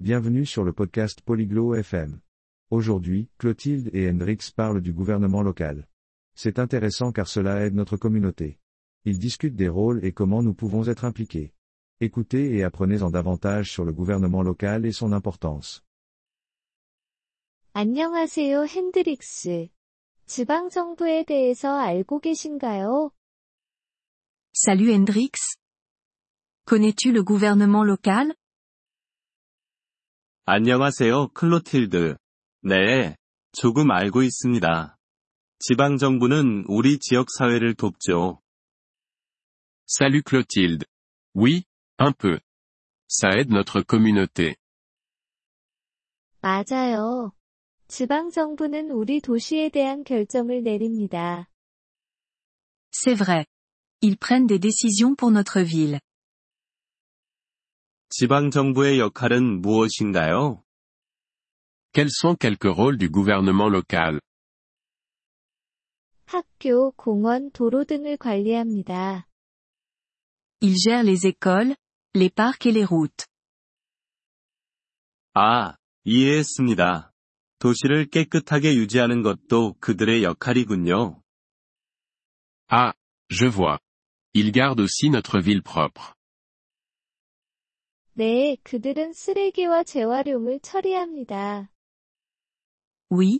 Bienvenue sur le podcast Polyglot FM. Aujourd'hui, Clotilde et Hendrix parlent du gouvernement local. C'est intéressant car cela aide notre communauté. Ils discutent des rôles et comment nous pouvons être impliqués. Écoutez et apprenez-en davantage sur le gouvernement local et son importance. 안녕하세요, 핸드릭스. 지방정부에 대해서 알고 계신가요? Salut Hendrix. Connais-tu le gouvernement local 안녕하세요, 클로틸드. 네, 조금 알고 있습니다. 지방정부는 우리 지역사회를 돕죠. Salut Clotilde. Oui, un peu. Ça aide notre communauté. 맞아요. 지방정부는 우리 도시에 대한 결정을 내립니다. C'est vrai. Ils prennent des décisions pour notre ville. 지방정부의 역할은 무엇인가요? Quels sont quelques rôles du gouvernement local 학교, 공원, 도로 등을 관리합니다. Ils gèrent les écoles, les parcs et les routes. 아, 이해했습니다. 도시를 깨끗하게 유지하는 것도 그들의 역할이군요. Ah, je vois. Ils gardent aussi notre ville propre. 네, 그들은 쓰레기와 재활용을 처리합니다. Oui.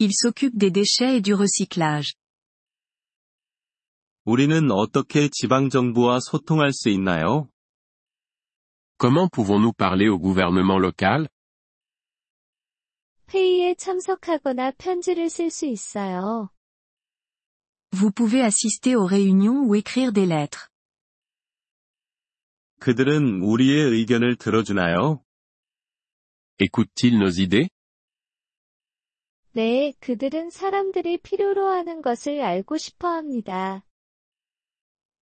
Ils s'occupent des déchets et du recyclage. 우리는 어떻게 지방정부와 소통할 수 있나요? Comment pouvons-nous parler au gouvernement local 회의에 참석하거나 편지를 쓸 수 있어요. Vous pouvez assister aux réunions ou écrire des lettres. 그들은 우리의 의견을 들어주나요? Écoutent-ils nos idées 네, 그들은 사람들이 필요로 하는 것을 알고 싶어 합니다.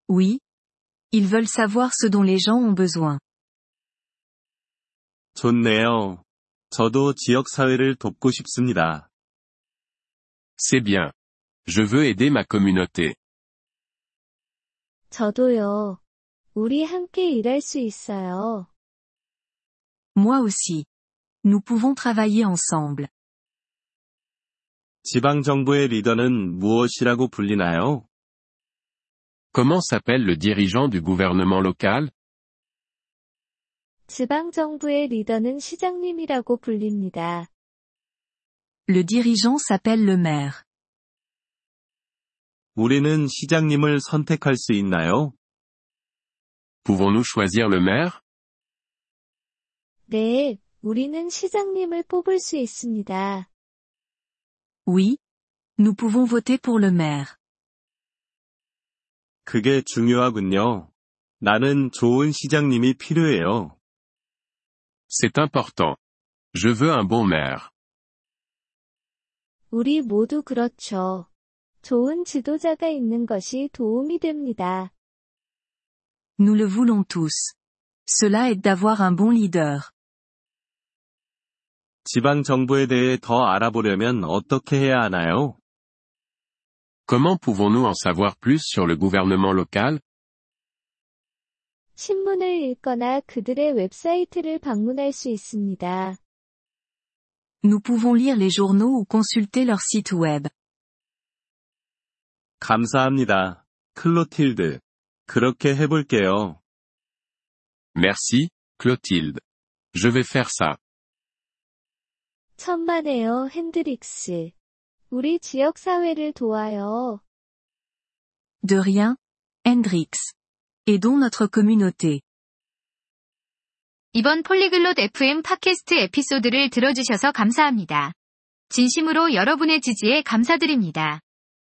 Oui. Ils veulent savoir ce dont les gens ont besoin. 좋네요. 저도 지역사회를 돕고 싶습니다. C'est bien. Je veux aider ma communauté. 저도요. 우리 함께 일할 수 있어요. Moi aussi. Nous pouvons travailler ensemble. 지방정부의 리더는 무엇이라고 불리나요? Comment s'appelle le dirigeant du gouvernement local 지방정부의 리더는 시장님이라고 불립니다. Le dirigeant s'appelle le maire. 우리는 시장님을 선택할 수 있나요? Pouvons-nous choisir le maire 네, 우리는 시장님을 뽑을 수 있습니다. Oui. Nous pouvons voter pour le maire. 그게 중요하군요. 나는 좋은 시장님이 필요해요. C'est important. Je veux un bon maire. 우리 모두 그렇죠. 좋은 지도자가 있는 것이 도움이 됩니다. Nous le voulons tous. Cela aide d'avoir un bon leader. 지방정부에 대해 더 알아보려면 어떻게 해야 하나요? Comment pouvons-nous en savoir plus sur le gouvernement local 신문을 읽거나 그들의 웹사이트를 방문할 수 있습니다. Nous pouvons lire les journaux ou consulter leur site web. 감사합니다. 클로틸드. 그렇게 해볼게요. Merci, Clotilde. Je vais faire ça. 천만에요, 핸드릭스. 우리 지역사회를 도와요. De rien. Hendrix. Aidons notre communauté. 이번 폴리글롯 FM 팟캐스트 에피소드를 들어주셔서 감사합니다. 진심으로 여러분의 지지에 감사드립니다.